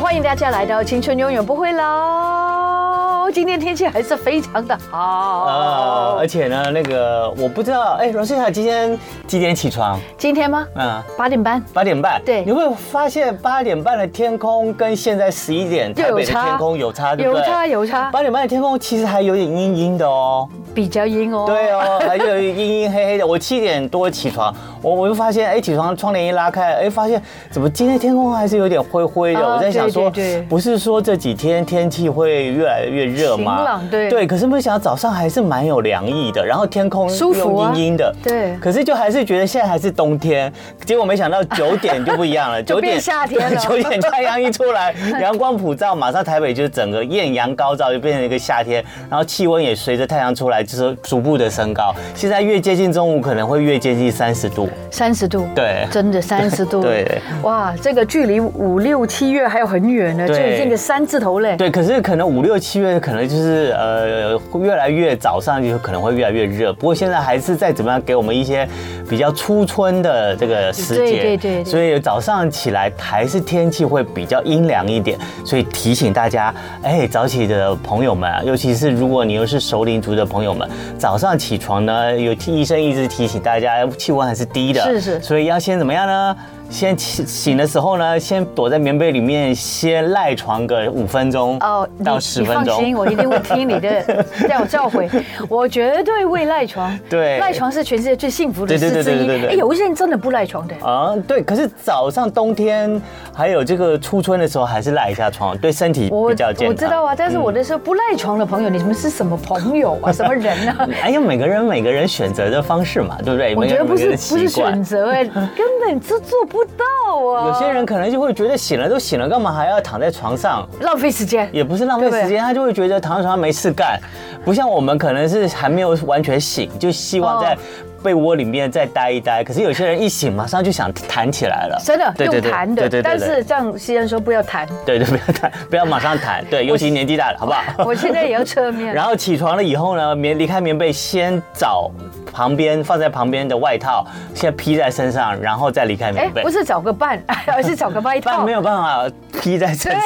欢迎大家来到《青春永远不会老》。今天天气还是非常的呃，好而，且呢，那个我不知道，哎，罗西塔今天几点起床？今天吗？嗯，八点半。八点半。对你会发现八点半的天空跟现在十一点又台有北的差天空有差，对不有对？差有差，八点半的天空其实还有点阴阴的哦，比较阴哦。对哦，还有阴阴黑黑的。我七点多起床，我我就发现，哎，起床窗帘一拉开，哎，发现怎么今天天空还是有点灰灰的。啊我在想说对对对，不是说这几天天气会越来越热吗？晴朗对对，可是没想到早上还是蛮有凉意的，然后天空舒服啊又阴阴的，对可是就还是觉得现在还是冬天，结果没想到九点就不一样了，就变夏天了 九点太阳一出 来，阳光普照，马上台北就整个艳阳高照，就变成一个夏天。然后气温也随着太阳出来，就是逐步的升高。现在越接近中午，可能会越接近三十度。三十度，对真的三十度，对，哇，这个距离五六七月还有很远呢，就对已经个三字头嘞。对，可是可能五六七月可能就是呃，越来越早上就可能会越来越热。不过现在还是在怎么样给我们一些比较初春的这个时对节，对对对所以早上起来还是天气会比较阴凉一点，所以提醒大家，哎，早起的朋友们啊，尤其是如果你又是熟龄族的朋友们，早上起床呢，有医生一直提醒大家，气温还是低的，是是所以要先怎么样呢？先起醒的时候呢，先躲在棉被里面，先赖床个五分钟哦，你到十你分放心，钟。我一定会听你 的教教诲，我绝对会赖床。对赖床是全世界最幸福的对对事对之对对一。对对哎，有一些人真的不赖床的，啊、对，可是早上冬天还有这个初春的时候，还是赖一下床，对身体我比较健康。我知道啊，但是我的是不赖床的朋友，你们是什么朋友 啊？什么人啊？哎呀，每个人每个人选择的方式嘛，对不对？我觉得每不个人是每个人的不是习惯选择 哎，根本就做不到啊。有些人可能就会觉得醒了都醒了，干嘛还要躺在床上？浪费时间，也不是浪费时对间，他就会觉得躺在床上没事干，不像我们可能是还没有完全醒，就希望在哦被窝里面再待一待。可是有些人一醒，马上就想弹起来了，真的对用对对弹对的，对对但对是这样西人说不要 弹，对对，不要弹，不要马上弹，对，尤其年纪大了，好不好？我现在也要侧面。然后起床了以后呢，棉离开棉被，先找旁边放在旁边的外套，先披在身上，然后再离开哎棉，被不。是找个伴， 而是找个外 但套没。有办法披在身上，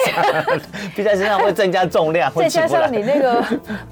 披在身上会增加重量， 再会起加不来上。你那个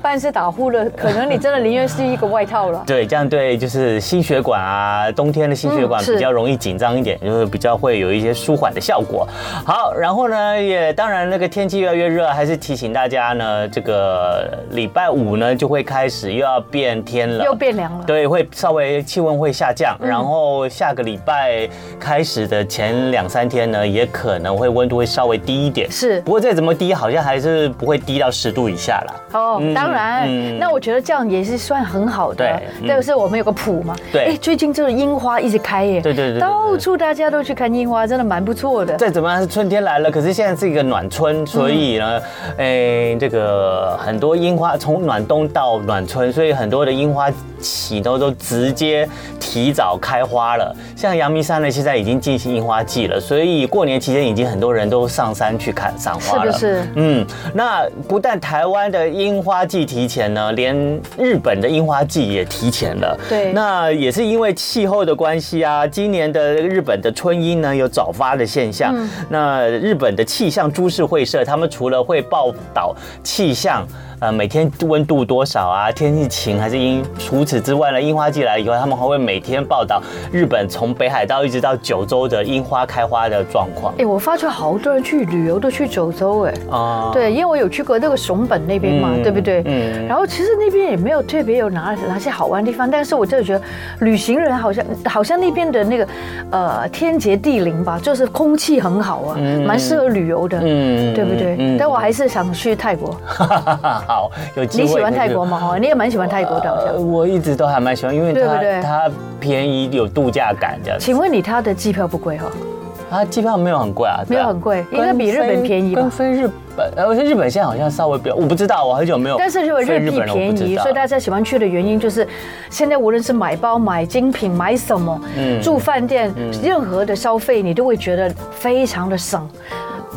半是打呼的，可能你真的宁愿是一个外套了。对，这样对就是心血管啊，冬天的心血管嗯是比较容易紧张一点，就是比较会有一些舒缓的效果。好，然后呢，也当然那个天气越来越热，还是提醒大家呢，这个礼拜五呢就会开始又要变天了，又变凉了 对，会稍微气温会下嗯降，然后下个礼拜开始的前两三天呢，也可能会温度会稍微低一点。是不过再怎么低，好像还是不会低到十度以下啦。哦，嗯当然，嗯那我觉得这样也是算很好的对。嗯这个是我们有个谱嘛。对哎，最近这个樱花一直开耶。对对对对对到处大家都去看樱花，真的蛮不错的。再怎么样是春天来了，可是现在是一个暖春，所以呢，嗯诶、这个很多樱花从暖冬到暖春，所以很多的樱花起都都直接提早开花了。像阳明山呢，现在已经进行樱花季了，所以过年期间已经很多人都上山去看赏是花不了。是？嗯，那不但台湾的樱花季提前呢，连日本的樱花季也提前了。对那也是因为气候的关系啊，今年的日本的春樱呢有早发的现象。嗯那日本的气象株式会社，他们除了会报道气象。呃，每天温度多少啊？天气晴还是阴？除此之外呢，樱花季来以后，他们还会每天报道日本从北海道一直到九州的樱花开花的状况哎，我发觉好多人去旅游都去九州哎。啊。对，因为我有去过那个熊本那边嘛，嗯对不对？嗯然后其实那边也没有特别有哪哪些好玩的地方，但是我真的觉得旅行人好像好像那边的那个呃天杰地灵吧，就是空气很好啊，蛮适合旅游的，嗯对不对？嗯但我还是想去泰国。 好，有机会你喜欢可以泰国吗？哦，你也蛮喜欢泰国的，好呃，像。我一直都还蛮喜欢，因为它对不对它便宜有度假感这样子。请问你它的机票不贵哈、它机票没有很贵啊，没对有啊很贵，应该跟比日本飞便宜吧跟？飞日本，呃，而且日本现在好像稍微比较，我不知道，我很久没有飞但是日因为本了。日币我不便知宜，道所以大家喜欢去的原因就是，现在无论是买包、买精品、买什嗯么，住饭店，任何的消费你都会觉得非常的省。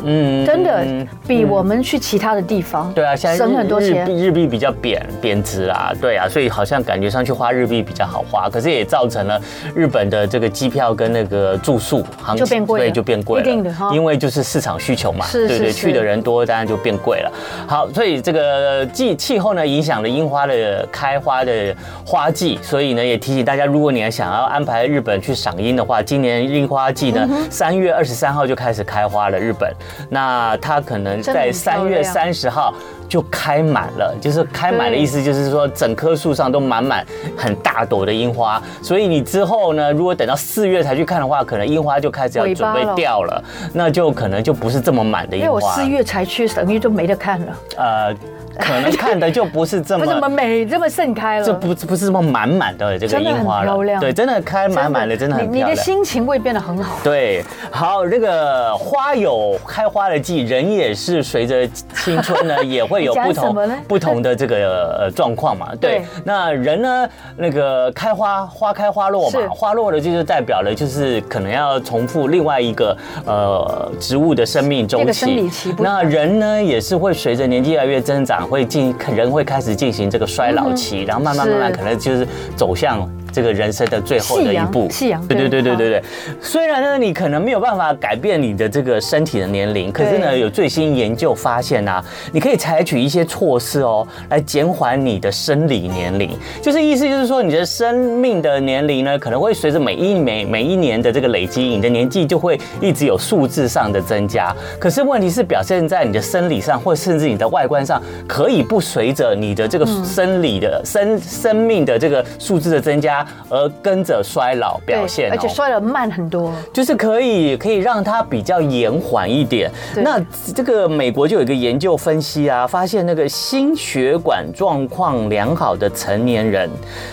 嗯真嗯的比我们去其他的地方，对啊，现在省日很多日钱。币日币比较贬贬值啊，对啊，所以好像感觉上去花日币比较好花，可是也造成了日本的这个机票跟那个住宿行情就变贵了对，就变贵了，一定的哈因为就是市场需求嘛，是对是对，是去的人多，当然就变贵了。好，所以这个季气候呢，影响了樱花的开花的花季，所以呢，也提醒大家，如果你还想要安排日本去赏樱的话，今年樱花季呢，嗯三月二十三号就开始开花了，日本，那它可能真的在很三漂月亮三十号就开满了，就是开满的对意思，就是说整棵树上都满满很大朵的樱花。所以你之后呢，如果等到四月才去看的话，可能樱花就开始要尾准巴备了掉了，那就可能就不是这么满的因樱为我花四。月才去，等于就没得看了，呃，可能看的就不是 这不怎么么。美，这么盛开了。这不不是这么满满的这个真的樱很花漂了，亮对，真的开满满的，真的很你漂你的亮。心情会变得很好。对，好，这个花有开花的季，人也是随着青春呢，也会有不你讲什么同呢不同的这个呃状况嘛。对对，那人呢，那个开花，花开花落嘛是，花落了就是代表了就是可能要重复另外一个呃植物的生命周期。那个生理期不一样那人呢也是会随着年纪越来越增长，会进人会开始进行这个衰老嗯期，然后慢慢慢慢是可能就是走向这个人生的最后的一夕阳步。夕阳对对对对好对对对。虽然呢，你可能没有办法改变你的这个身体的年龄，可是呢，对有最新研究发现啊，你可以采取一些措施哦，来减缓你的生理年龄。就是意思就是说，你的生命的年龄呢，可能会随着每一每每一年的这个累积，你的年纪就会一直有数字上的增加。可是问题是，表现在你的生理上，或甚至你的外观上，可以不随着你的这个嗯生理的、生生命的这个数字的增加而跟着衰老表对现、哦，而且衰得慢很多。就是可以可以让它比较延缓一点。对那这个美国就有一个研究分析啊，发现那个心血管状况良好的成年人，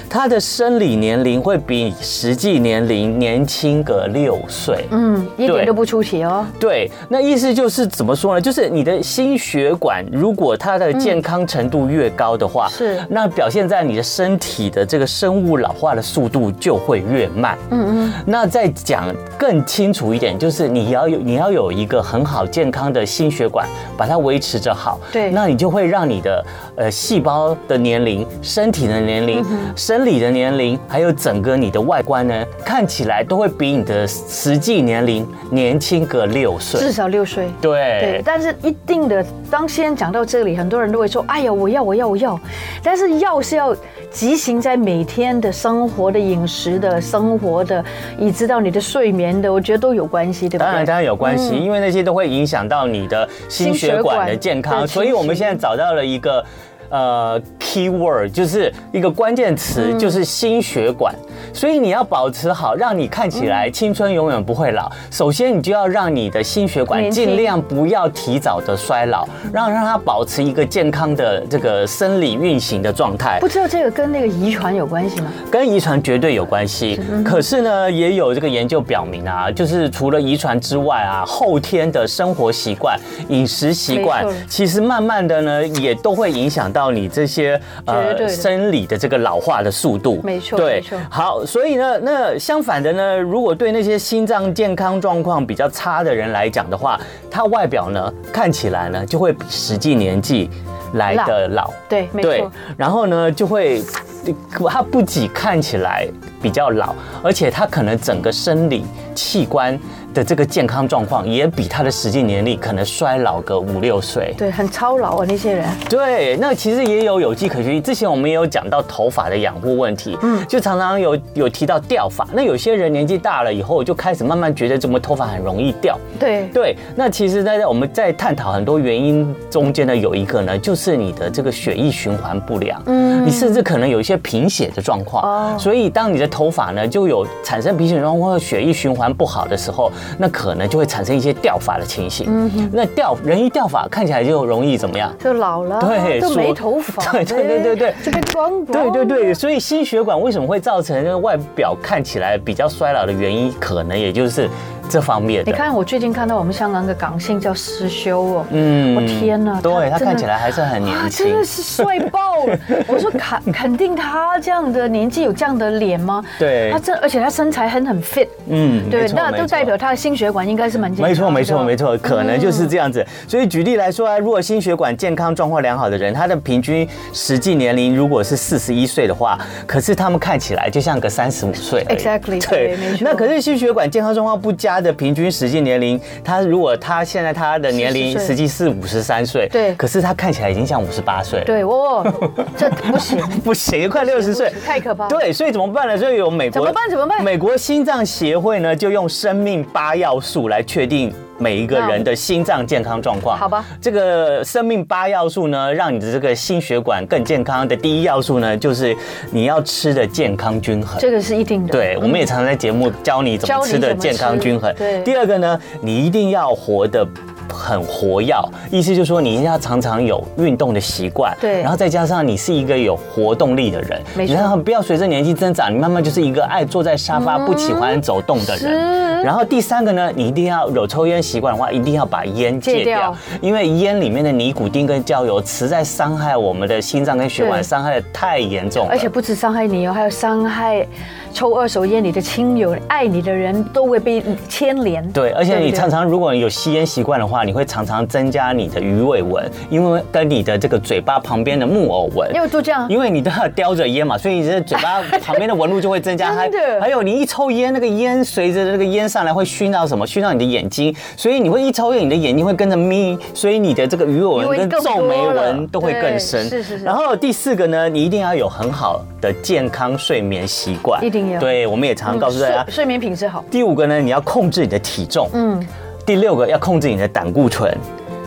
他的生理年龄会比实际年龄年轻个六岁。嗯，一对点都不出奇哦。对，那意思就是怎么说呢？就是你的心血管如果它的健康程度越高的话，嗯是那表现在你的身体的这个生物老化的速度就会越慢。嗯嗯，那再讲更清楚一点，就是你要有你要有一个很好健康的心血管，把它维持着好。对那你就会让你的呃细胞的年龄、身体的年嗯龄、生理的年龄，还有整个你的外观呢，看起来都会比你的实际年龄年轻个六岁至。少六岁。对，对，但是一定的，当先讲到这里，很多人都会说：“哎呀，我要，我要，我要。”但是要是要执行在每天的生活的饮食的生活的，以及到你的睡眠的，我觉得都有关系，对嗯不当然对？当然有关系，因为那些都会影响到你的心血管的健心血康，管所以我们对现在找到了一个。呃，keyword 就是一个关键词，嗯就是心血管。所以你要保持好，让你看起嗯来青春永远不会老。首先，你就要让你的心血管年轻尽量不要提早的衰老，让让它保持一个健康的这个生理运行的状态。不知道这个跟那个遗传有关系吗？跟遗传绝对有关系。可是呢，也有这个研究表明啊，就是除了遗传之外啊，后天的生活习惯、饮食习惯没错，其实慢慢的呢，也都会影响到你这些呃绝对的生理的这个老化的速度。没错对没错，好，所以呢，那相反的呢，如果对那些心脏健康状况比较差的人来讲的话，他外表呢看起来呢就会比实际年纪来的老。对，没对错，，然后呢就会，它不仅看起来比较老，而且它可能整个生理器官的这个健康状况也比它的实际年龄可能衰老个五六岁。对，很操劳啊那些人。对，那其实也有有迹可循。之前我们也有讲到头发的养护问题，嗯，就常常有有提到掉发。那有些人年纪大了以后，就开始慢慢觉得怎么头发很容易掉，对，对，那其实呢，我们在探讨很多原因中间呢，有一个呢，就是你的这个血液循环不良，嗯，你甚至可能有一些贫血的状况，哦所以当你的头发呢就有产生贫血状况或者血液循环不好的时候，那可能就会产生一些掉发的情形，嗯，那掉人一掉发看起来就容易怎么样？就老了，对都说没头发，对对对对对就被光光。对对对，所以心血管为什么会造成外表看起来比较衰老的原因，可能也就是这方面你的。看我最近看到我们香港的港星叫施修哦，嗯我天哪，对他真的看起来还是很年啊，轻真的是帅爆！ 我说肯肯定他这样的年纪有这样的脸吗？对他真而且他身材很很 fit，嗯没对，错那没都代错表他嗯的心血管应该是蛮健没错，康没错，的哦没。错，可能就是这样子。所以举例来说啊，如果心血管健康状况良好的人，他的平均实际年龄如果是四十一岁的话，可是他们看起来就像个三十五岁而已。 Exactly，对没错那可是心血管健康状况不佳的平均实际年龄，他如果他现在他的年龄40岁实际是五十三岁，对可是他看起来已经像五十八岁了。对，我这不行， 不行，快六十岁不行，太可怕了对，所以怎么办呢？所以有美国怎么办怎么办美国心脏协会呢，就用生命八要素来确定。每一个那我人的心脏健康状况，好吧这个生命八要素呢，让你的这个心血管更健康的第一要素呢，就是你要吃的健康均衡。这个是一定的。对，我们也常常在节目教你怎嗯教么你吃的怎么健康吃均衡。对第二个呢，你一定要活得很活跃，意思就是说你一定要常常有运动的习惯。对然后再加上你是一个有活动力的人，没你错看不要随着年纪增长，你慢慢就是一个爱坐在沙发、不喜欢走动的人。是然后第三个呢，你一定要有抽烟习惯的话，一定要把烟戒戒掉掉，因为烟里面的尼古丁跟焦油实在伤害我们的心脏跟血管，对伤害的太严重了。而且不止伤害你哦，还有伤害抽二手烟你的亲友、爱你的人都会被牵连。对，而且对你不对常常如果有吸烟习惯的话，你会常常增加你的鱼尾纹，因为跟你的这个嘴巴旁边的木偶纹。因为都这样，因为你都要叼着烟嘛，所以你这嘴巴旁边的纹路就会增加。还 真的还有你一抽烟，那个烟随着那个烟上来会熏到什么？熏到你的眼睛，所以你会一抽烟，你的眼睛会跟着眯，所以你的这个鱼尾鱼纹尾跟更皱多眉纹了都会更对深。是是是然后第四个呢，你一定要有很好的健康睡眠习惯。一定要对，我们也常常嗯告诉大家睡，睡眠品质好。第五个呢，你要控制你的体重。嗯，第六个要控制你的胆固醇，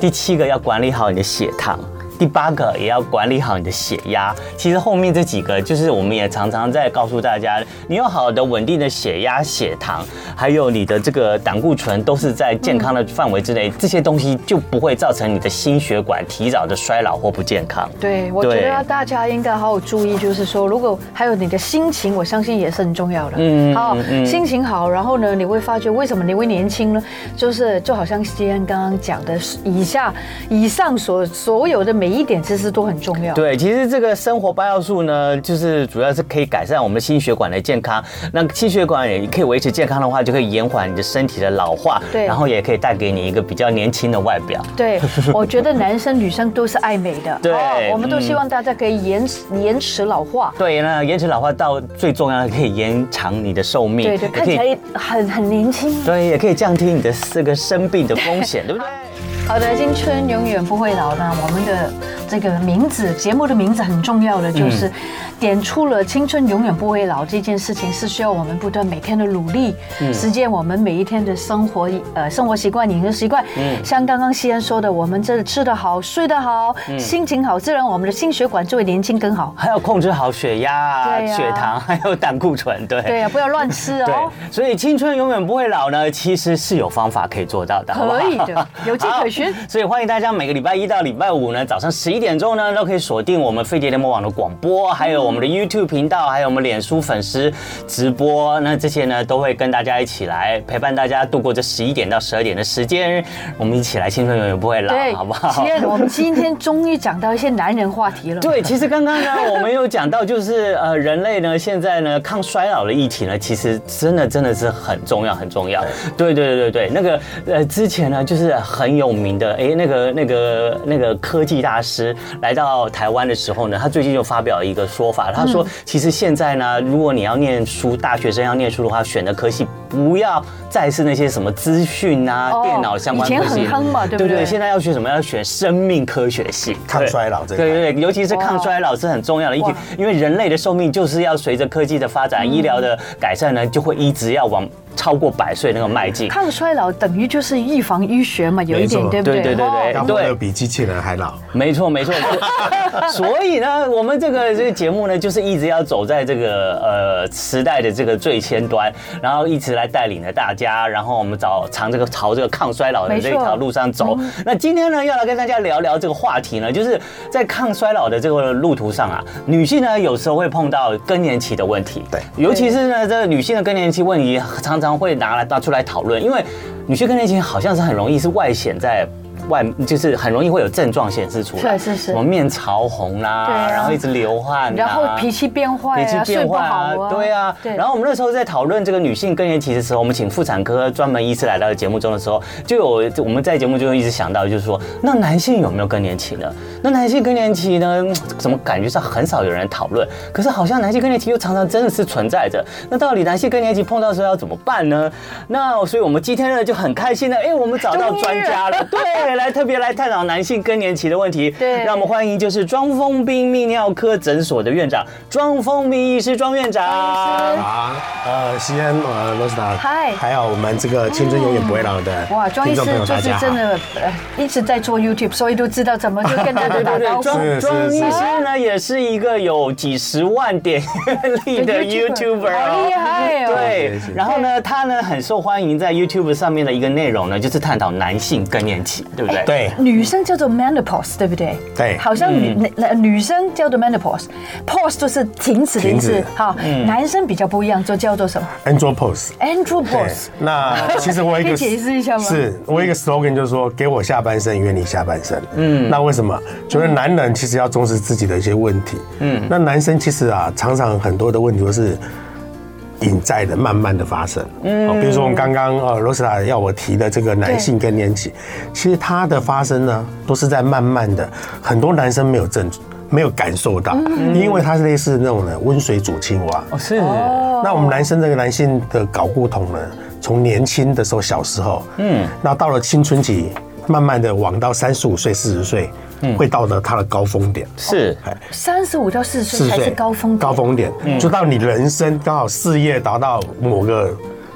第七个要管理好你的血糖。第八个也要管理好你的血压。其实后面这几个就是我们也常常在告诉大家，你有好的稳定的血压、血糖，还有你的这个胆固醇都是在健康的范围之内，这些东西就不会造成你的心血管提早的衰老或不健康。对，我对觉得大家应该好好注意，就是说，如果还有你的心情，我相信也是很重要的。嗯嗯，好嗯嗯，心情好，然后呢，你会发觉为什么你会年轻呢？就是就好像今天刚刚讲的，以下以上所所有的每一点其实都很重要。对，其实这个生活八要素呢，就是主要是可以改善我们心血管的健康。那心血管也可以维持健康的话，就可以延缓你的身体的老化，对然后也可以带给你一个比较年轻的外表。对，我觉得男生女生都是爱美的，对嗯哦我们都希望大家可以延迟延迟老化，对，那延迟老化到最重要的可以延长你的寿命，对对，也看嗯 可以起来很很年轻。对，也可以降低你的这个生病的风险， 对不对？好的，青春永远不会老呢。我们的这个名字，节目的名字很重要的，嗯就是点出了青春永远不会老这件事情是需要我们不断每天的努力，嗯实践我们每一天的生活呃生活习惯、饮食习惯。嗯像刚刚西安说的，我们这吃得好、睡得好、嗯心情好，自然我们的心血管就会年轻更好。还要控制好血压、啊、对啊血糖，还有胆固醇，对。对呀、啊不要乱吃哦。对，所以青春永远不会老呢，其实是有方法可以做到的，好不好可以的有迹可循好所以欢迎大家每个礼拜一到礼拜五呢，早上十一点钟呢，都可以锁定我们飞碟联盟网的广播，还有我们的 YouTube 频道，还有我们脸书粉丝直播。那这些呢，都会跟大家一起来陪伴大家度过这十一点到十二点的时间，我们一起来青春永远不会老，好不好？其实我们今天终于讲到一些男人话题了。 对，其实刚刚呢，我们有讲到，就是呃，人类呢现在呢抗衰老的议题呢，其实真的真的是很重要，很重要。对对对对，那个呃，之前呢就是很有名的，哎，那个那个那个科技大师来到台湾的时候呢，他最近就发表一个说法，他说，其实现在呢，如果你要念书，大学生要念书的话，选的科系不要再是那些什么资讯啊、哦电脑相关以前科系，很夯嘛对不对对现在要学什么？要选生命科学系，抗对衰老这一对块对对，尤其是抗哇衰老是很重要的一题哇，嗯因为人类的寿命就是要随着科技的发展、医疗的改善呢，就会一直要往超过百岁那个 迈进。抗衰老等于就是预防医学嘛，有一没点错对不对？对对对对哦高莫勒比机器人还老。没错， 没错。所以呢，我们这个这个节目呢，就是一直要走在这个呃时代的这个最前端，然后一直来带领着大家，然后我们找尝这个朝这个抗衰老的没这错条路上走。嗯那今天呢，要来跟大家聊聊这个话题呢，就是在抗衰老的这个路途上啊，女性呢有时候会碰到更年期的问题，对尤其是呢这个女性的更年期问题，常常常会拿来拿出来讨论，因为女婿更年期好像是很容易是外显在。外就是很容易会有症状显示出来，是是是什么面潮红啦、对啊然后一直流汗、然后脾气变坏、啊，脾气变坏啊睡不好，啊，对啊。然后我们那时候在讨论这个女性更年期的时候，我们请妇产科专门医师来到节目中的时候，就有我们在节目中一直想到，就是说，那男性有没有更年期呢？那男性更年期呢，嗯怎么感觉上很少有人讨论？可是好像男性更年期又常常真的是存在着。那到底男性更年期碰到的时候要怎么办呢？那所以我们今天呢就很开心的，哎，我们找到终于专家了，对，来特别来探讨男性更年期的问题。对让我们欢迎就是庄丰斌泌尿科诊所的院长庄丰斌医师，庄院长。啊，呃，西安呃，罗斯达，嗨还有我们这个青春永远不会老的哇，庄医听师众朋友，就大是家好真。的呃一直在做 YouTube，所以都知道怎么就跟 大家打招呼。庄是庄医是师呢，也是一个有几十万点阅 历的 YouTuber，哦好厉害哦对谢谢，然后呢，他呢很受欢迎，在 YouTube 上面的一个内容呢，就是探讨男性更年期，对不对？对女生叫做 menopause，对不对？对好像嗯女、男女生叫做 menopause，pause 就是停止的意思停止。好，嗯男生比较不一样，就叫做什么 Andrew Pose。对 andropause。，那其实我有一 可以个解释一下吗是我有一个 slogan 就是说，给我下半身，圆你下半身。嗯，那为什么？就是男人其实要重视自己的一些问题。嗯，那男生其实啊，常常很多的问题都是隐在的，慢慢的发生。嗯，比如说我们刚刚呃，罗斯塔要我提的这个男性更年期，其实它的发生呢，都是在慢慢的，很多男生没有症。没有感受到，因为它是类似那种的温水煮青蛙，哦，是那我们男生这个男性的睾固酮呢，从年轻的时候小时候，嗯，那到了青春期，慢慢的往到三十五岁、四十岁，嗯会到了它的高峰点。是，三十五到四十岁40才是高峰点嗯高峰点，就到你人生刚好事业达到某个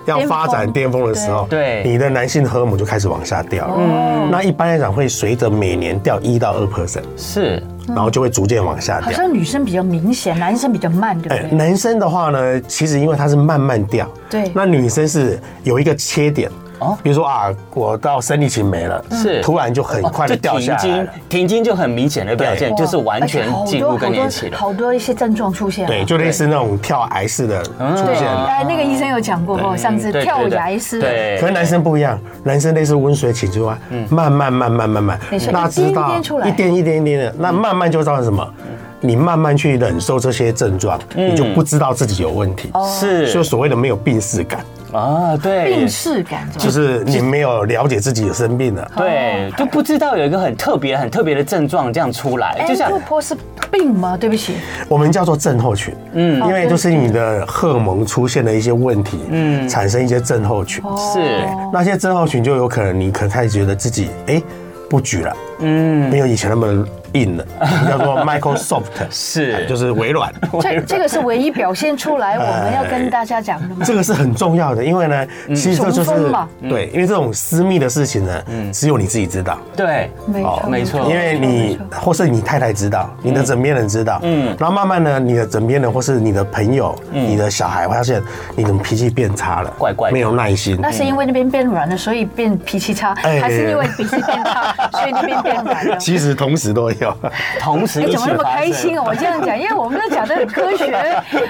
要发展巅巅峰峰的时候，对对你的男性荷尔蒙就开始往下掉了。哦那一般来讲会随着每年掉一到二 percent，嗯是，然后就会逐渐往下好掉。像女生比较明显，男生比较慢，对哎不，对？男生的话呢，其实因为他是慢慢掉，对那女生是有一个缺点哦嗯哦，比如说啊，我到生理期没了，是哦突然就很哦快的就嗯掉下停来经了，，停经就很明显的表现，哇就是完全而且好多进入更年期了好。多好多一些症状出现了。对，就类似那种跳癌式的出对，现了。哎，那个医生有讲过哦，上次嗯对对跳对崖式。嗯对，嗯可是男生不一样，男生类似温水起之外，慢慢慢慢慢慢你说，一知点一道点出来一点一点一点的，嗯那慢慢就造成什么？你慢慢去忍受这些症状，你就不知道自己有问题，嗯哦是就所谓的没有病耻感，啊，对，病逝感，就就是你没有了解自己有生病了。对，就不知道有一个很特别、很特别的症状这样出哎来，就像 andropause 是病吗？对不起，我们叫做症候群，嗯，因为就是你的荷尔蒙出现了一些问题，嗯，哦产生一些症候群，是哦那些症候群就有可能你可能开始觉得自己哎、不举了，嗯，没有以前那么硬 了，叫做 Microsoft， 是哎就是微 软，哦这这个是唯一表现出来，我们要跟大家讲的吗？ 这个是很重要的，因为呢，其实这雄就是风嘛对，因为这种私密的事情呢，只有你自己知道，对，没哦错，没错因为哦没你错或是你太太知道，你的枕边人知道，嗯，然后慢慢呢，你的枕边人或是你的朋友、你的小孩会发现你怎么脾气变差了，怪怪的没有耐心。那是因为那边变软了，所以变脾气差，哎还是因为脾气变 差，所以那边变 软了？其实同时都有，同时哎，一起怎么那么发开生心啊！我这样讲，因为我们都讲的很科 学，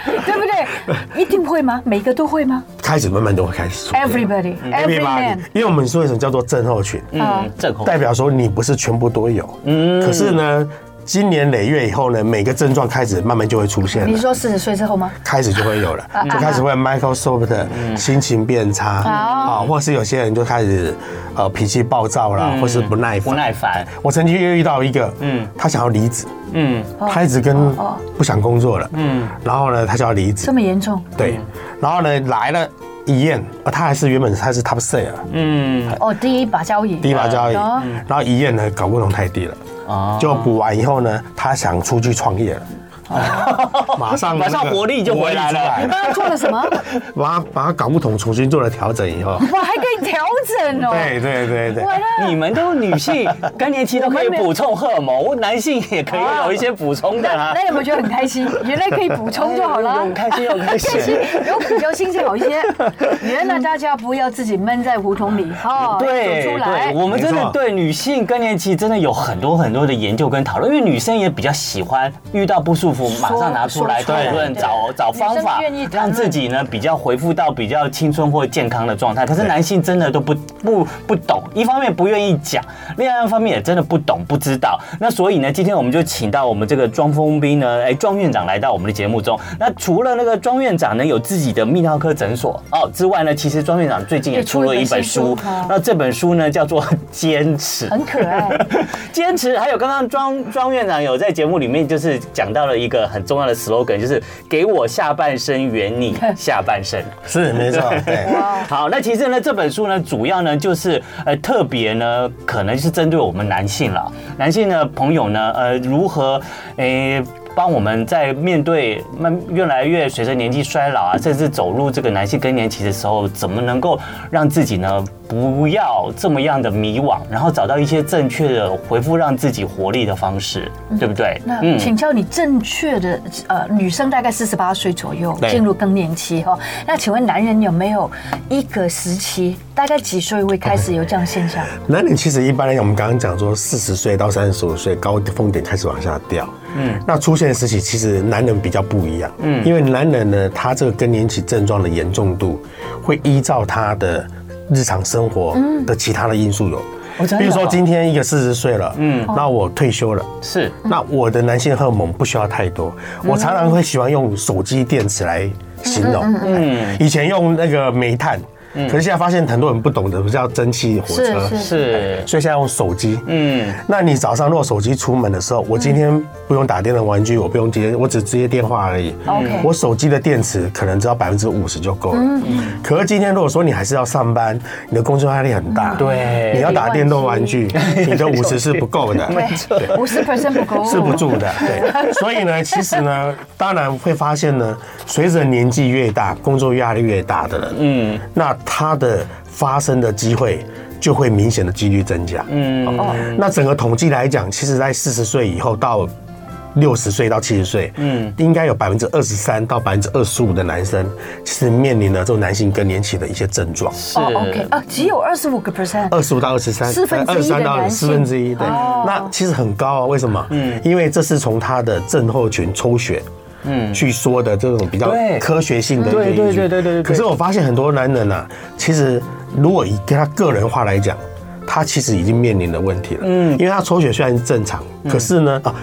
对不对？一定会吗？每个都会吗开始慢慢都会开始出现。 ？Everybody，every man，因为我们说为什么叫做症候群，嗯，正红代表说你不是全部都有，嗯，可是呢，经年累月以后呢，每个症状开始慢慢就会出现你了。说四十岁之后吗？开始就 会有了啊，嗯就开始会 Microsoft 心情变差啊，或是有些人就开始呃脾气暴躁啦，或是不耐嗯不烦。耐烦，我曾经又遇到一个，嗯，他想要离职，嗯，他一直跟哦不想工作了，嗯，然后呢，他就要离职这，么严重？对，然后呢来了一验，啊他还是原本他是 top sale，哎嗯，哦，第一把交椅，低把交易，嗯哦然后一验呢搞不懂太低了，哦就补完以后呢，他想出去创业了。 马上哦马上那个活力就回来了活力出刚刚啊做了 什么？把它把它搞不懂，重新做了调整以后，哇，还可以调整哦。对对对对哇，那你们都女性更年期都可以 我们没有补充荷尔蒙，男性也可以有一些补充的啊那。有没有觉得很开心？原来可以补充就好 了很。开心，很开 开心心。，有比较心情好一 些。原来大家不要自己闷在胡同里哈，对哦走出来对，。我们真没的错对女性更年期真的有很多很多的研究跟讨论，因为女生也比较喜欢遇到不舒服马上拿出来讨论，说出来对找找方女生法不愿意，谈让论自己呢比较回复到比较青春或健康的状态。可是对男性真的都不不不懂，一方面不愿意讲，另外一方面也真的不懂不知道。那所以呢，今天我们就请到我们这个庄峰斌呢，哎，庄院长来到我们的节目中。那除了那个庄院长呢有自己的泌尿科诊所哦之外呢，其实庄院长最近也也出出了了一一本本新书书哦，那这本书呢叫做 《坚持》，很可 爱。坚持，还有刚刚庄庄院长有在节目里面就是讲到了一个很重要的 slogan，就是给我下半身，圆你下半身。是没错，对。好，那其实呢，这本书呢，主要呢就是呃，特别呢，可能是针对我们男性了，男性的朋友呢，呃，如何诶。帮我们在面对慢越来越随着年纪衰老啊，甚至走入这个男性更年期的时候，怎么能够让自己呢不要这么样的迷惘，然后找到一些正确的回复让自己活力的方式，对不对？那请教你正确的呃，女生大概四十八岁左右对进入更年期哈、哦。那请问男人有没有一个时期，大概几岁会开始有这样现象？男人其实一般来讲，我们刚刚讲说，四十岁到三十五岁高峰点开始往下掉。嗯，那出现的时期其实男人比较不一样。嗯，因为男人呢，他这个更年期症状的严重度，会依照他的日常生活的其他的因素有。哦真的比如说哦今天一个四十岁了，嗯，那我退休了。是那我的男性荷尔蒙不需要太多，我常常会喜欢用手机电池来形容。嗯，以前用那个煤炭，可是现在发现很多人不懂得叫蒸汽火车，是是是，所以现在用手机。嗯，那你早上如果手机出门的时候，我今天不用打电动玩具，我不用接，我只接电话而已。 OK 我手机的电池可能只要百分之五十就够了。可是今天如果说你还是要上班，你的工作压力很大，对你要打电动玩具，你的五十是不够的。 对，五十 percent 不够，是不住 的，对。所以呢，其实呢，当然会发现呢，随着年纪越大，工作压力越大的人，嗯，那他的发生的机会就会明显的几率增加，嗯。哦那整个统计来讲，其实在四十岁以后到。六十岁到七十岁，嗯，应该有百分之二十三到百分之二十五的男生，其实面临了这种男性更年期的一些症状。是哦哦，OK 啊，只有二十五个 percent，二十五到二十三，四分之一的23到男四性分之一，对，哦那其实很高啊。为什么？嗯，因为这是从他的症候群抽血。嗯，去说的这种比较对科学性的对一个对依据对对对对可是我发现很多男人啊，其实如果以他个人化来讲，他其实已经面临的问题了。嗯，因为他抽血虽然是正常，嗯可是呢啊，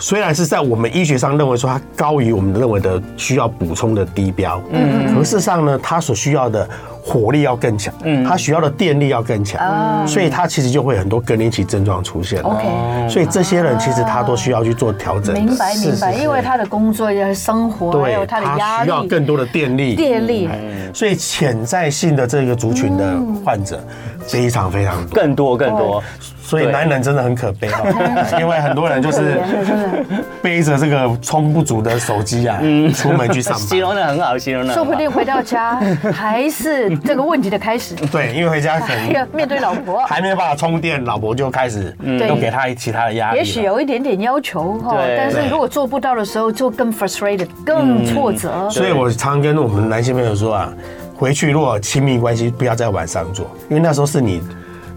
虽然是在我们医学上认为说它高于我们认为的需要补充的低标，嗯，可事实上呢，它所需要的火力要更强，嗯，它需要的电力要更强，所以它其实就会有很多更年期症状出现了。啊 OK 所以这些人其实他都需要去做调整的，明白明白，是是因为他的工作、他的生活，还有对，他的压他需要力、更嗯多的电力，电力，所以潜在性的这个族群的嗯患者非常非常多。更多更多。所以对男人真的很可悲 哦，因为很多人就可是怜的真的，背着这个充不足的手机啊，嗯出门去上形班。容的很好，形容的说不定回到 家还是这个问题的开始，对，因为回家可要能面对老 婆。还没有办法充电，老婆就开始嗯对又给他其他的压力了。也许有一点点要求哈，对但是对如果做不到的时候，就更 frustrated，更挫折。所以我常跟我们男性朋友说啊，回去如果亲密关系不要在晚上做，因为那时候是你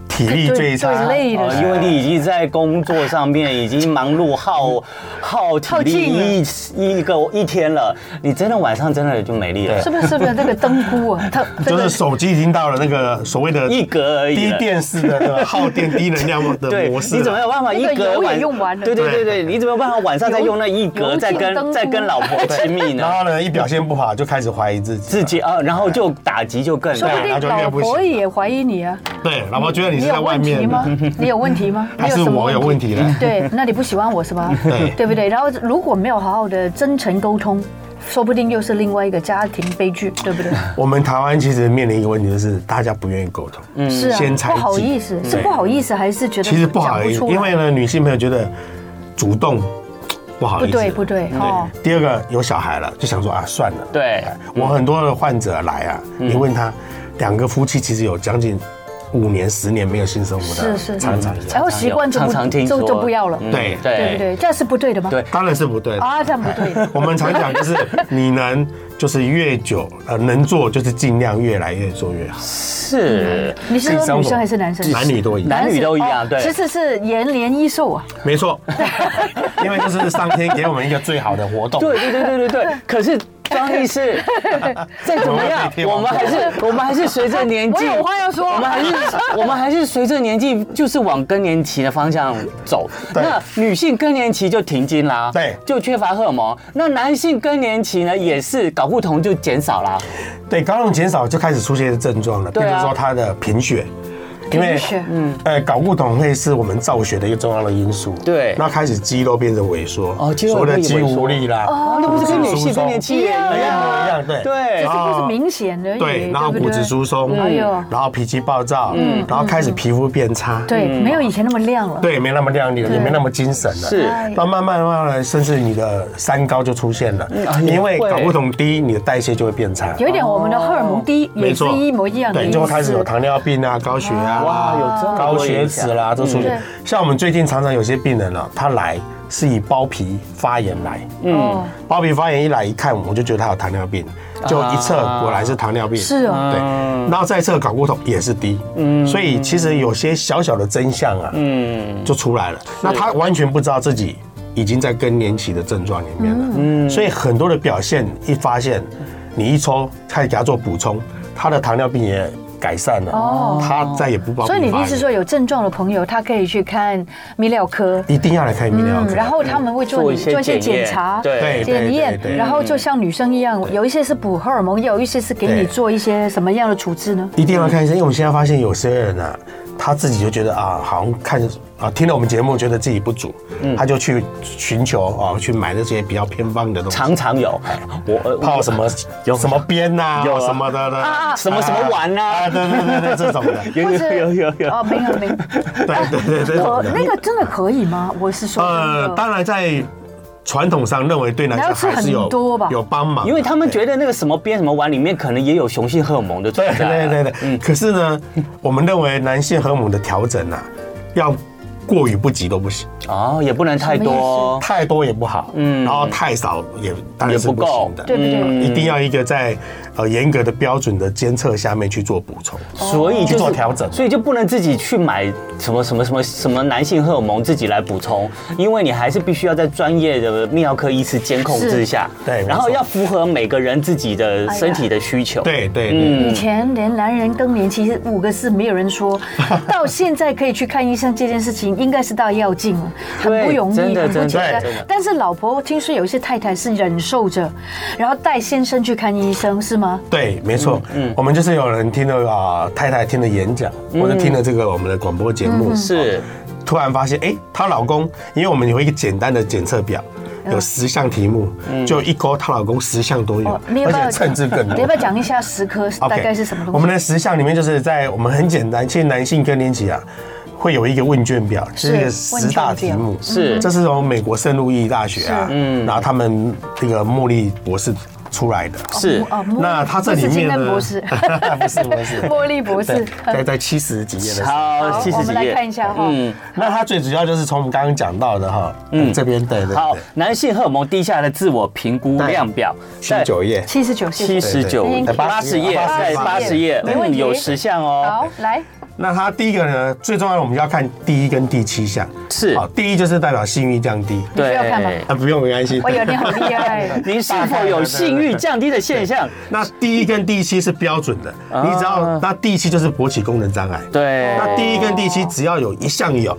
体力最最差最哎累的哦时候因为你已经在工作上面已经忙碌耗耗体耗尽力一一个一天了，你真的晚上真的就没力了是。不是是不是那个灯菇 啊？它这就个是手机已经到了那个所谓的一格而已低了电式的那个耗电低能量 的对，模式了。你怎么有办法一啊那个格油也晚用完了对对对对， 你怎么有办法晚上再用那一油格油再尽跟灯再跟枯老婆亲 密呢然？后呢，一表现不好就开始怀疑自己，自己啊，然后就打击就更说大不。定老婆也怀疑你啊，对老婆觉得你你是在有外问题面吗？ 你有问题吗？还是你什么我有问题了？对，那你不喜欢我是 吧？对对不对？然后如果没有好好的真诚沟通，说不定又是另外一个家庭悲剧，对 不对？我们台湾其实面临一个问题，就是大家不愿意沟通。嗯，是啊先，猜不好忌意思，是对不好意思，还是觉得其实不好讲意思，出来因为呢，女性朋友觉得主动不好不意思。对不对嗯哦，第二个有小孩了，就想说啊，算了。对我很多的患者来啊，嗯你问他，两个夫妻其实有将近五年、十年没有性生活是的，是常是常，然后习惯就不常常听就说就不要了，嗯对对不对对？这样是不对的吗？对 当然是不对的。啊，这样不对。我们常讲就是你能就是越久呃能做就是尽量越来越做越好。是你是说女生还是男生？男女都一样。男女都一样哦对其实是延年益寿啊。没错， 因为就是上天给我们一个最好的活动。对对对对 对对。可是张医师，再怎么样，我们还是我们还是随着年纪，我有话要说我们还是我们还是随着年纪，就是往更年期的方向走。对那女性更年期就停经啦，对就缺乏荷尔蒙。那男性更年期呢，也是睾固酮就减少啦。对，睾酮减少就开始出现症状了，比对啊如说它的贫血。因为贫血，嗯，呃，睾固酮会是我们造血的一个重要的因素。对那开始肌肉变成萎缩，哦肌肉所谓的会萎缩肌无力啦，哦，那不是跟女性更年期也一一样样吗一样，对对只是啊不是明显而已。哎对，然后不骨质对疏松，哎呦然后脾气暴躁，嗯，然后开始皮肤变差，对，嗯没有以前那么亮了。对，没那么亮丽了，也没那么精神了，是哎那慢慢慢慢，甚至你的三高就出现了，因为会睾固酮低，你的代谢就会变嗯差，哎有一点我们的荷尔蒙低也是一模一样的对，意思。就会开始有糖尿病啊、高血压哇有这啊、么高多血影脂响啦，都出嗯对现。像我们最近常常有些病人啊，他来是以包皮发炎来，嗯哦，包皮发炎一来一看，我就觉得他有糖尿病，就一测啊果然是糖尿病，是哦对，然后再测睾固酮也是低，嗯，所以其实有些小小的真相啊，嗯，就出来了。那他完全不知道自己已经在更年期的症状里面了。嗯嗯所以很多的表现一发现，你一抽开始给他做补充，他的糖尿病也改善了，哦他再也不包。所以你的意思是说，有症状的朋友他可以去看泌尿科，一定要来看泌尿嗯，科？然后他们会做嗯做你一些做一些检验检查。对对对检验对，对然后就像女生一样，有一些是补荷尔蒙，有一些是给对你做一些什么样的处置呢？一定要看医生，因为我们现在发现有些人啊，他自己就觉得啊，好像看啊听了我们节目，觉得自己不足，嗯他就去寻求啊，去买那些比较偏方的东西，常常有。我呃泡什么有什么鞭呐，有啊有什么的的啊什么什么丸啊啊，对对对对，这种的。有或有是有有有。哦，明了 明了。对对对，这种可的。哦那个真的可以吗？我是说呃，真的，当然在传统上认为对男生还是你要吃有很多吧有帮忙的，啊啊因为他们觉得那个什么边什么丸里面可能也有雄性荷尔蒙的存对在啊。对对对。可是呢，我们认为男性荷尔蒙的调整啊，要过于不及都不行，哦，也不能太多哦。太多也不好，嗯，然后太少也当然是也不不够行的，嗯对不对？一定要一个在呃严格的标准的监测下面去做补充。所以就去是做调整哦所以就不能自己去买什么什么什么什么男性荷尔蒙自己来补充，因为你还是必须要在专业的泌尿科医师监控之下，是对没错然后要符合每个人自己的身体的需求，，对对嗯对，以前连男人更年期五个字没有人 说，到现在可以去看医生这件事情，应该是大跃进了，很不对容易，真的很不真的简单真的。但是老婆听说有一些太太是忍受着，然后带先生去看医生，是吗？对，没错，嗯，我们就是有人听了啊、太太听了演讲，嗯或者听了这个我们的广播节嗯目，是突然发现，哎、她老公，因为我们有一个简单的检测表，有十项题目，就一勾她老公十项都有，嗯哦你要而不要且称之更你要多不。要讲一下十颗大概是什么我东们西？哦的十项里面，就是在我们很简单，其实男性更年期啊，会有一个问卷表，是是一个十大题目，嗯是这是从美国圣路易大学啊，嗯，然后他们这个莫莉博士出来的。是哦，茉那他这里面呢不是金丹 不是不 博士，是，茉莉博士嗯对。在在七十几页的时嗯候。好哦好七，我十们几来看一页。下哈，那它最主要就是从我们刚刚讲到的哈，嗯，这边对对好对，，男性荷尔蒙低下的自我评估对量表，七十九页，七十九七岁。十九对对八十页， 80在页八十页，没问题有十项哦好，，来，那它第一个呢，最重要的我们要看第一跟第七项，是，好，第一就是代表性欲降低，你需要看吗 啊，不用没关系。我有哎你好厉害 哎您是否有性欲降低的现 象？那第一跟第七是标准的，啊你只要那第七就是勃起功能障碍，对，那第一跟第七只要有一项有，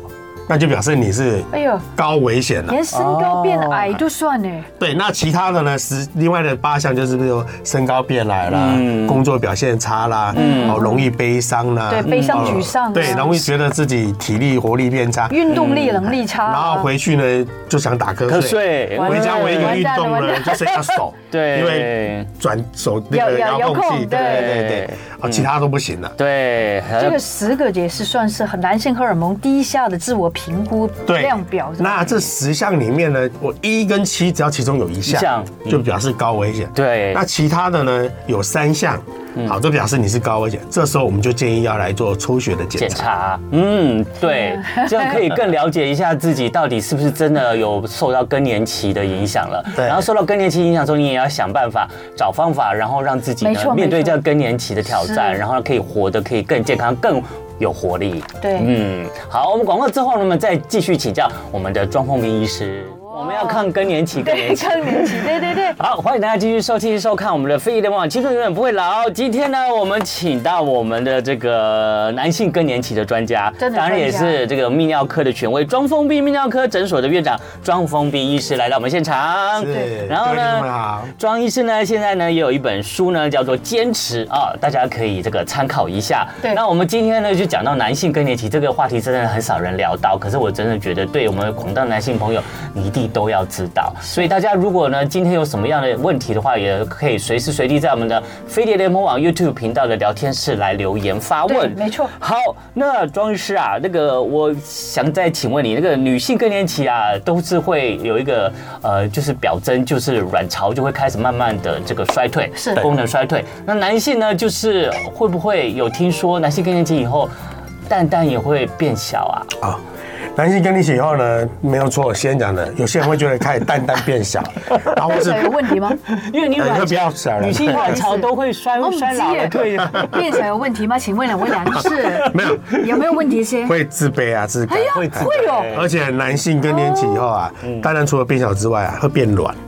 那就表示你是哎呦高危险了。连身高变哦矮就算呢。对，那其他的呢？十另外的八项就是比如身高变矮啦，工作表现差啦，哦，容易悲伤啦，嗯对悲伤哦沮丧啊对，容易觉得自己体力活力变差，运动力、能力差啊、嗯然后回去呢就想打瞌瞌睡。睡，完了回家唯一一个运动完蛋了呢，完蛋就是要手，对因为转手那要个要遥控遥器，控对对对对对，哦，其他都不行了。对，还这有个十个也是算是很男性荷尔蒙低下的自我评估对量表。那这十项里面呢，我一跟七只要其中有一一项项，嗯就表示高危险。对那其他的呢有三项，好，这表示你是高危险。这时候我们就建议要来做抽血的检检查。查，嗯， 对，这样可以更了解一下自己到底是不是真的有受到更年期的影响了。对然后受到更年期影响之后，你也要想办法找方法，然后让自己没错呢面对没错这更年期的挑战，是然后可以活得可以更健康、更有活力。对 嗯，好，我们广告之后呢，我们再继续请教我们的庄凤明医师，我们要看更年期，更对年期。更年期，对对对，好，欢迎大家继续收听收看我们的《非遗联网青春永远不会老》。今天呢，我们请到我们的这个男性更年期的专家，真的当然也专家是这个泌尿科的权威——庄丰斌泌尿科诊所的院长庄丰斌医师来到我们现场。是，然后各位听众们呢，好，庄医师呢，现在呢也有一本书呢，叫做《坚持》啊，大家可以这个参考一下。对那我们今天呢就讲到男性更年期这个话题，真的很少人聊到，可是我真的觉得对我们广大男性朋友，你一定都要知道。所以大家如果呢今天有什么样的问题的话，也可以随时随地在我们的飞碟联盟网 YouTube 频道的聊天室来留言发问。对没错好，那庄医师啊，那个我想再请问你，那个女性更年期啊，都是会有一个呃，就是表征，就是卵巢就会开始慢慢的这个衰退，是功能衰退。那男性呢，就是会不会有听说男性更年期以后，蛋蛋也会变小啊？啊。男性更年期以后呢，没有错，先讲的，有些人会觉得开始蛋蛋变小，然后或这是个有问题吗？因为你呃卵会比巢较小了女性卵巢是都会 衰哦我衰老了，们对呀。变小有问题吗？请问两位男士， 没有有没有问题先？ 会自卑啊，自感哎呀，哎会自卑。会有，而且男性更年期以后啊，当然除了变小之外啊，会变软，哦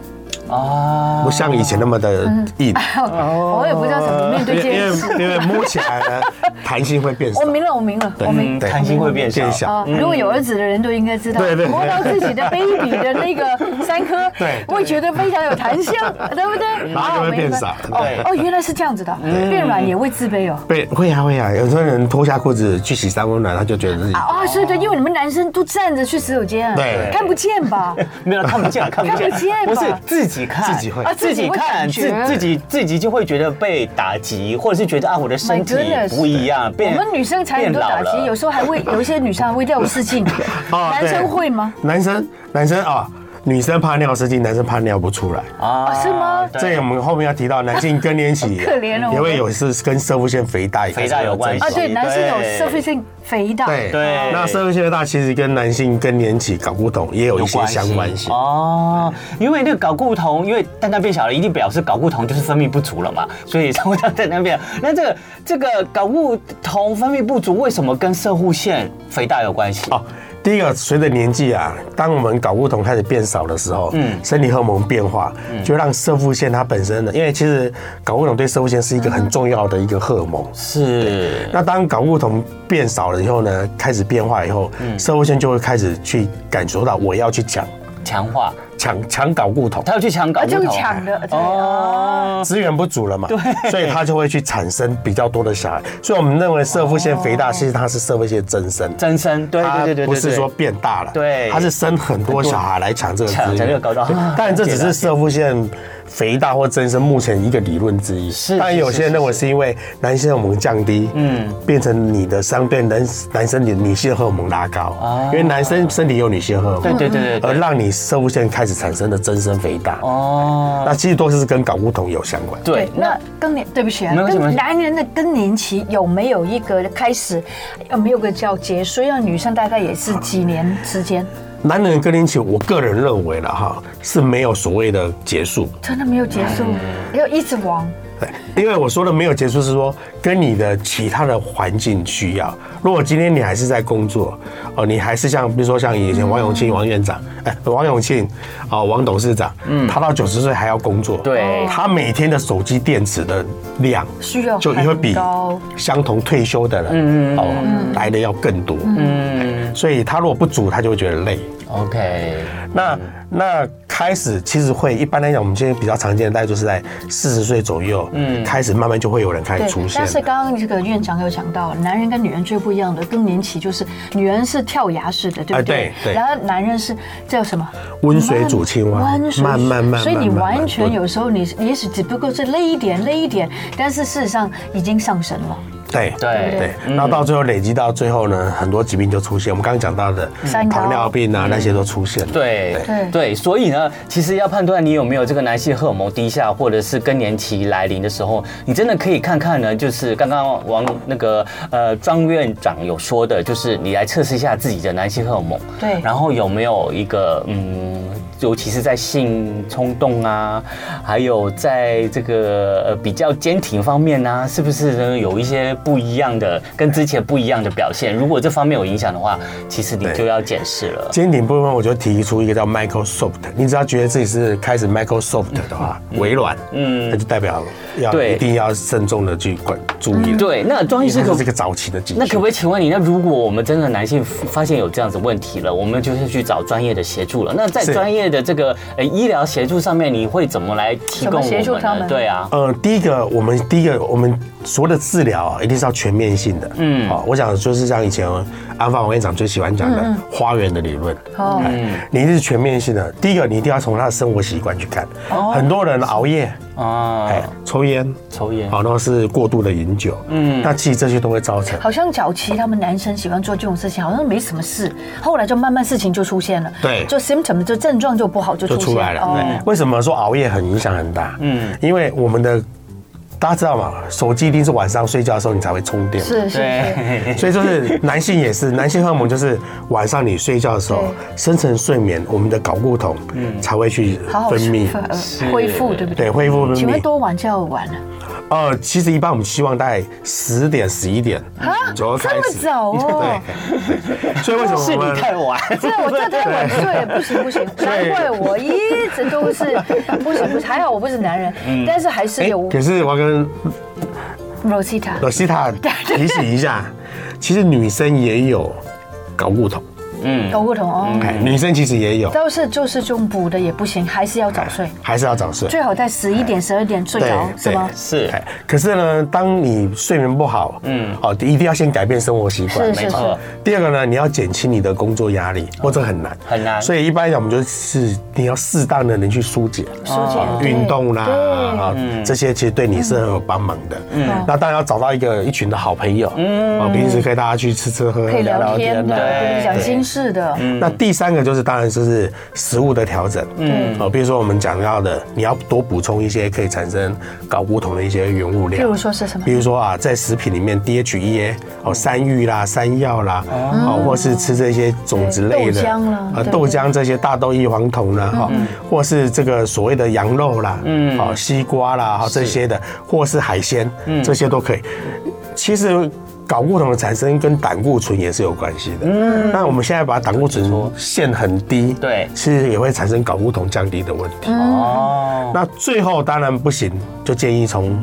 啊，不像以前那么的硬。 我也不知道怎么面对因这为件事。哦因为摸起来呢， 弹性会变少我。明了，我明了，我明嗯，。弹性会变小变。小。啊，如果有儿子的人都应该知道，嗯对对对摸到自己的 baby 的那个三颗， 对对会觉得非常有弹性，对不对？ 然后就会变嗯哦少明白对哦哦，原来是这样子的，变软也会自卑哦。被会啊会啊，有时候人脱下裤子去洗三温暖，他就觉得自己啊啊，是对，因为你们男生都站着去洗手间，哦啊对看不见 吧？没有看不见了，看不看见，不见吧不是自己看，自己会啊自自己己会看，感自觉自己自己就会觉得被打击，或者是觉得啊，我的身体 My goodness 不一样，我变们女生才很多打变击，老有了时候还 会有一些女生还会尿失禁，哦男对生会吗？男生男生啊，女生怕尿失禁，男生怕尿不出来。啊哦是吗对这个我们后面要提到，男性更年期可怜哦也会有是跟射腹腺肥大肥大有关系啊，对，对男生有社会性肥大，对对那射腹腺肥大其实跟男性更年期搞不懂也有一有些关系相关性。哦，因为那个睾固酮，因为蛋蛋变小了，一定表示睾固酮就是分泌不足了嘛，所以才会让蛋蛋变小。那这个这个睾固酮分泌不足，为什么跟射护腺肥大有关系？哦，第一个，随着年纪啊，当我们睾固酮开始变少的时候，嗯，身体荷尔蒙变化，嗯就让射腹腺它本身的，因为其实睾固酮对射腹腺是一个很重要的一个荷尔蒙。嗯是那当睾固酮变少了以后呢，开始变化以后，嗯射腹腺就会开始去感受到我要去抢强化，抢抢睾固酮，他要去抢啊，睾就固是酮。抢的，对哦， 资源不足了嘛，对，所以它就会去产生比较多的小孩。所以我们认为射腹腺肥大，其实它是射腹腺增生。增生，对对对对对，它不是对说变大了，对它是生很多小孩来抢这个资源抢抢这个高中对啊 但这只是射腹腺肥大或增生目前一个理论之一。是但有些人认为是因为男性荷尔蒙降低，嗯，变成你的相对男男生的女性荷尔蒙拉高，因为男生身体有女性荷尔蒙，哦对对对对对而让你射腹腺开始产生的增生肥大。哦，那其实都是跟睾固酮有相关。对，那那更年，对不起啊没，关系没跟关系男人的更年期有没有一个开始，有没有个叫结束？要女生大概也是几年之间，男人的更年期，我个人认为了哈是没有所谓的结束，真的没有结束，哎要一直往。对，因为我说的没有结束是说跟你的其他的环境需要。如果今天你还是在工作，哦，你还是像比如说像以前王嗯永庆王院长，哎，王永庆，哦，王董事长，嗯，他到九十岁还要工作，对他每天的手机电池的量需要就也会比很高相同退休的人哦来的要更多，嗯所以他如果不足，他就会觉得累。 ，OK，那那开始其实会一般来讲，我们现在比较常见的大概就是在四十岁左右，嗯，开始慢慢就会有人开始对出，现但了。是刚刚这个院长有讲到，男人跟女人最不一样的更年期就是女人是跳崖式的，对哎不对？对对然后男人是叫什么？温水煮青蛙温水煮慢慢慢慢所以你慢慢完全慢慢有时候你也许只不过是累一点，累一点，但是事实上已经上升了。对对对，然后到最后累积到最后呢，很多疾病就出现。我们刚刚讲到的嗯三高糖尿病啊，那些都出现了。对对对，所以呢，其实要判断你有没有这个男性荷尔蒙低下，或者是更年期来临的时候，你真的可以看看呢，就是刚刚王那个呃庄院长有说的，就是你来测试一下自己的男性荷尔蒙，对然后有没有一个嗯。尤其是在性冲动啊，还有在这个呃比较坚挺方面啊，是不是呢有一些不一样的，跟之前不一样的表现？如果这方面有影响的话，其实你对就要检视了。肩顶部分，我就提出一个叫 Microsoft。你只要觉得自己是开始 Microsoft 的话，微软，嗯，那就代表要对嗯一定要慎重的去管注意了。对，那庄医因为师它可是这个早期的警那讯。可不可以请问你，那如果我们真的男性发现有这样子问题了，我们就是去找专业的协助了。那在是专业的这个呃医疗协助上面，你会怎么来提供怎么我协助们他呢？们对啊，呃，第一个，我们第一个，我们所有的治疗啊，一定是要全面性的。嗯，好、我想就是像以前安发王院长最喜欢讲的花园的理论。哦，哎你是全面性的。第一个，你一定要从他的生活习惯去看。很多人熬夜，啊，哎，抽烟，抽烟好，然后是过度的饮酒。嗯，那其实这些都会造成。好像早期他们男生喜欢做这种事情，好像没什么事，后来就慢慢事情就出现了，对就 symptom 就症状就不好就就出出现来了。哦对，为什么说熬夜很影响很大？嗯，因为我们的大家知道嘛，手机一定是晚上睡觉的时候你才会充电，，是是是，对， 所以就是男性也是，男性荷尔蒙就是晚上你睡觉的时候深层睡眠，我们的睾固酮才会去好好分泌，呃恢复，对不对？对，恢复分请问泌。多晚就要晚啊 了？呃，其实一般我们希望大概十点、十一点左右开这么始。早哦？ 对，所以为什么 是我你们太晚，这我这太晚睡了，不行不行，难怪我一直都是不行不行，还好我不是男人，但是还是哎有可是我要跟 Rosita 罗西塔提醒一下，其实女生也有睾固酮。搞过头哦，哎，女生其实也有，哎但是就是中补的也不行，还是要早睡，还是要早睡。最好在十一点十二点睡着，对是吗？是哎，可是呢，当你睡眠不好，嗯，哦，一定要先改变生活习惯是。是没是，错第二个呢，你要减轻你的工作压力，或者哦很难，很难所以一般来讲，我们就是你要适当的能去疏解，疏解啊对运动啦，对啊，这些其实对你是很有帮忙的。嗯，那当然要找到一个一群的好朋友，嗯，啊，平时可以大家去吃吃喝喝，可以聊天的，啊对，讲对嗯心事的，那第三个就是，当然就是食物的调整，嗯，哦，比如说我们讲到的，你要多补充一些可以产生睾固酮的一些原物譬料如，说是什么比？如说啊，在食品里面 DHEA 哦，山芋啦、山药啦，哦，或是吃这些种子类对的啊豆浆啦对不对嗯豆浆这些大豆异黄酮啦，哈，或是这个所谓的羊肉啦，嗯，哦，西瓜啦，哈这些的，或是海鲜，嗯这些都可以。其实。睾固酮的产生跟胆固醇也是有关系的。嗯，那我们现在把胆固醇限很低，对其实也会产生睾固酮降低的问题。哦，那最后当然不行，就建议从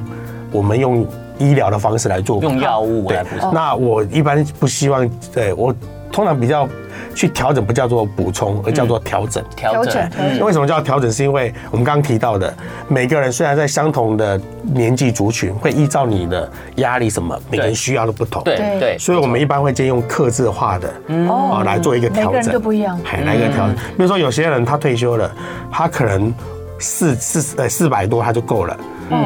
我们用医疗的方式来做用药物啊对来补充，哦那我一般不希望，对我通常比较去调整，不叫做补充，而叫做调整。嗯调调整整，调整为什么叫调整？是因为我们刚刚提到的，每个人虽然在相同的年纪族群，会依照你的压力什么，每个人需要的不同。对对对，所以我们一般会建议用克制化的哦来做一个嗯每调个人整，都不一样嗯还来一个调整。比如说有些人他退休了，他可能四四呃四百多他就够了，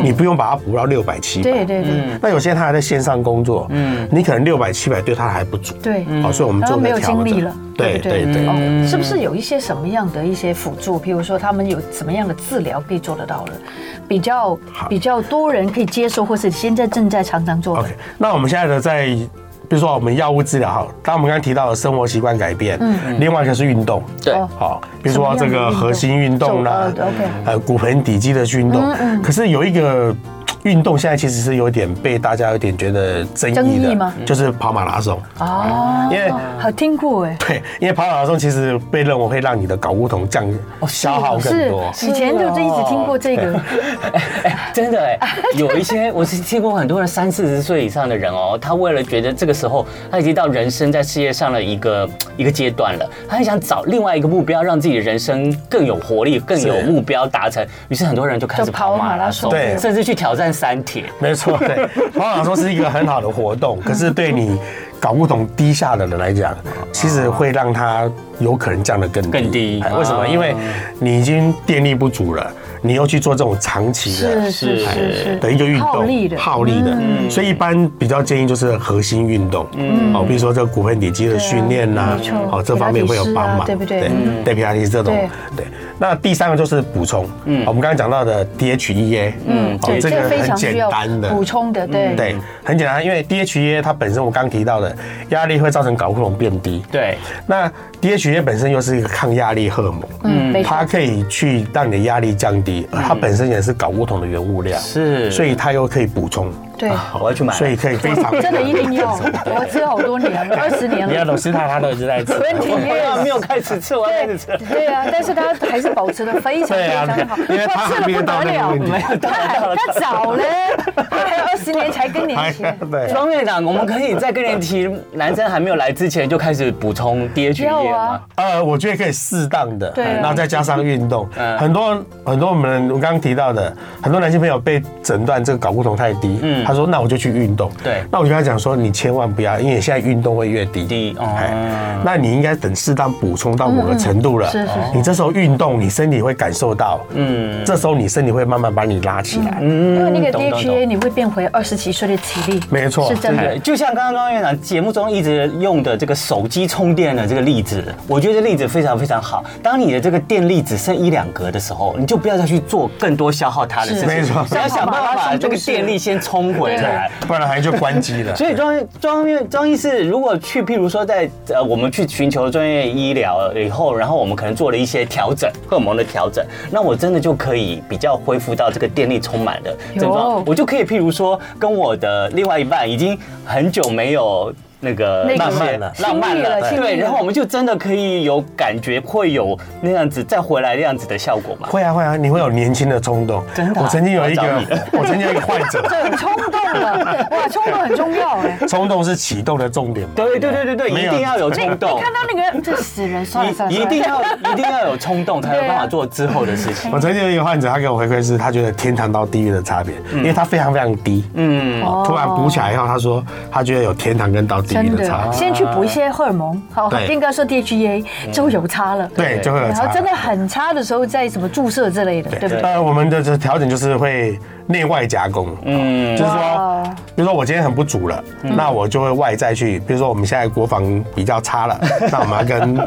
你不用把它补到六百七嗯对百。对对那有些人他还在线上工作，嗯，你可能六百七百对他还不足，对。好，所以我们然后做没有个调精力了整。，对不对嗯对，哦，是不是有一些什么样的一些辅助？譬如说，他们有什么样的治疗可以做得到的？比较比较多人可以接受，或是现在正在常常做的 OK，那我们现在的在，比如说我们药物治疗哈，当我们刚刚提到的生活习惯改变，嗯，另外一个是运动，对哦好，比如说这个核心运动啦什么样的运动手嗯呃，呃，骨盆底肌的运动，可是有一个。运动现在其实是有点被大家有点觉得争议争议的吗，就是跑马拉松。哦，因为好听过哎，对，因为跑马拉松其实被认为会让你的睾固酮降消耗更哦是多。以前就是一直听过这个，哎，真的哎，有一些我是见过很多人三四十岁以上的人哦，他为了觉得这个时候他已经到人生在事业上的一个一个阶段了，他很想找另外一个目标，让自己的人生更有活力、更有目标达成。于是很多人就开始就跑跑马马拉拉松，松对甚至去挑战三铁。 没错，对，跑马拉松是一个很好的活动，可是对你搞不懂低下的人来讲，其实会让他有可能降得更低更低哎为什么？啊因为你已经电力不足了，你又去做这种长期的是是是是是的一个运动，耗力的嗯耗力的，所以一般比较建议就是核心运动，嗯，哦，比如说这个骨盆底肌的训练呐没错，哦，这方面会有帮忙，皮拉提斯啊对不对嗯对，皮拉提斯这种对，对。那第三个就是补充，嗯，我们刚才讲到的 DHEA，嗯对，这这个个非很常需简要单的嗯补充的，对对，很简单，因为 DHEA 它本身我刚提到的压力会造成睾固酮变低，对，那 DHEA 本身又是一个抗压力荷尔蒙，嗯没错嗯它可以去让你的压力降低，而它本身也是睾固酮的原物料，是所以它又可以补充，对，我要去买了。所以可以非常 真的一定要， 我吃好多年了，二十年你看了。董事他他都一直在吃， 20我要 years 没有开始吃，我要开始吃。对啊，但是他还是保持的非常非 对啊常好，因为他哇吃还的没有不到得那个了问题，他他早嘞，他还有二十年才更年期， 哎对。庄院长，我们可以在更年期男生还没有来之前就开始补充 E DHA 要吗啊？呃，我觉得可以适当的，对啊然后再加上运动嗯，很多很多我们我刚刚提到的，很多男性朋友被诊断这个睾固酮太低，嗯他说那我就去运动，对那我就跟他讲说你千万不要，因为你现在运动会越低，低哦哎那你应该等适当补充到某个程度了，嗯是是是你这时候运动，你身体会感受到，嗯，这时候你身体会慢慢把你拉起来，因为那个懂懂懂 DHA 你会变回二十几岁的体力，没错是真的对，。就像刚刚刚院长节目中一直用的这个手机充电的这个例子，我觉得这例子非常非常好。当你的这个电力只剩一两格的时候，你就不要再去做更多消耗它的事情，是没错你要想办法把这个电力先充回来。不然还就关机 了。所以庄庄院庄医师，如果去譬如说在呃我们去寻求专业医疗以后，然后我们可能做了一些调整，荷尔蒙的调整，那我真的就可以比较恢复到这个电力充满的症状有，我就可以譬如说跟我的另外一半已经很久没有。那个那个浪漫了，亲密了亲密对，了然后我们就真的可以有感觉，会有那样子再回来那样子的效果嘛？会啊会啊，你会有年轻的冲动。真的啊我曾经有一个我要找你， 我曾经有一个患者，这很冲动了，哇，冲动很重要 哎。冲动是启动的重点嘛。对对对对对，没一有啊定要有冲动你，看到那个人，这死人，算了算了，一一算了定要一定要有冲动，才有对啊办法做之后的事情。我曾经有一个患者，他给我回馈是，他觉得天堂到地狱的差别，因为他非常非常低，嗯，突然补起来以后，他说他觉得有天堂跟到地狱真的差的，别，先去补一些荷尔蒙，好，对嗯应该说 DHEA 就有差了。对，就会有然后差。真的很差的时候，再什么注射之类的，对不对？当然，我们的这调整就是会内外加工，嗯，就是说哇，比如说我今天很不足了，嗯那我就会外在去，比如说我们现在国防比较 差了，那我们要跟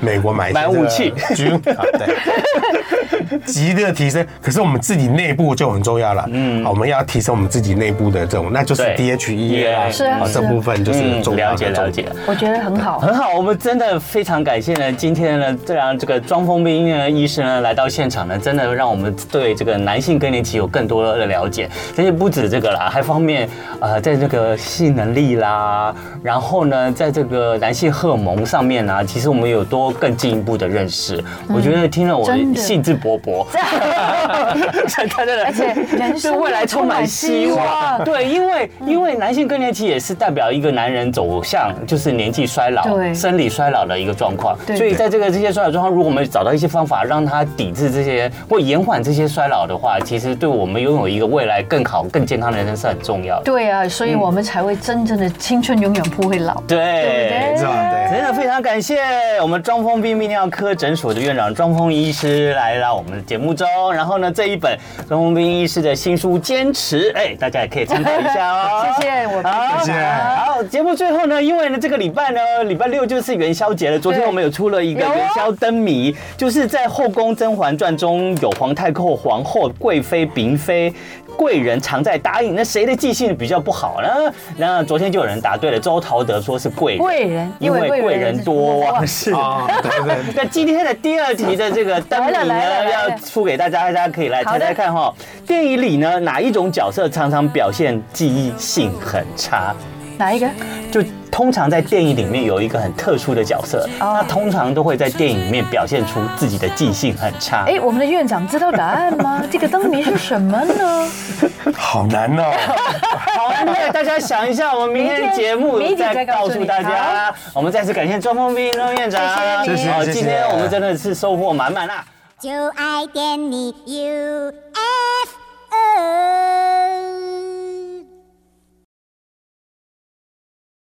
美国买一些买这个武器 军啊，对， 极力的提升。可是我们自己内部就很重要了，嗯，我们要提升我们自己内部的这种，那就是对 E DHEA 啊，是啊好是这啊部分就是很重嗯要了的解重了点解。我觉得很好。很好，我们真的非常感谢呢，今天呢，这样这个庄峰斌呢医师呢来到现场呢，真的让我们对这个男性更年期有更多的了解。但是不止这个啦，还 方面呃，在这个性能力啦，然后呢，在这个男性荷尔蒙上面呢、其实我们有多更进一步的认识。我觉得听了我嗯真的兴致勃勃， 真的， 而且人生对未来要充充满满希希望。望啊对，因为嗯因为男性更年期也是代表一个男人走向就是年纪衰老、对生理衰老的一个状况。对所以在这个这些衰老状况，如果我们找到一些方法让它抵制这些或延缓这些衰老的话，其实对我们拥有一个未来更好、更健康的人生是很重要的。对啊，所以我们才会真正的青春永远不会老。对。是吧？对。真的非常感谢我们庄丰斌泌尿科诊所的院长庄丰医师来到我们的节目中。然后呢，这一本庄丰斌医师的新书《坚持》，哎，大家也可以参考一下哦 谢谢我们好，谢谢好，节目最后呢，因为呢这个礼拜呢，礼拜六就是元宵节了。昨天对我们有出了一个有哦元宵灯谜，就是在后宫《甄嬛传》中有皇太后、皇后、贵妃、嫔妃。贵人常在答应，那谁的记性比较不好呢？那昨天就有人答对了，周陶德说是贵人，贵人因为贵人多啊忘事。哦，对对对 那今天的第二题的这个灯谜来了来呢，了来了要出给大家，大家可以来猜猜看哈。电影里呢，哪一种角色常常表现记忆性很差？哪一个？就通常在电影里面有一个很特殊的角色，他通常都会在电影里面表现出自己的记性很差。哎，我们的院长知道答案 吗？这个灯谜是什么呢？好难哦。 好，那大家想一下，我们明天的节目明天再告诉大明天再家。我们再次感谢庄凤斌庄院长，谢谢你好谢谢今天我们真的是收获满满啊。就爱点你 UFO。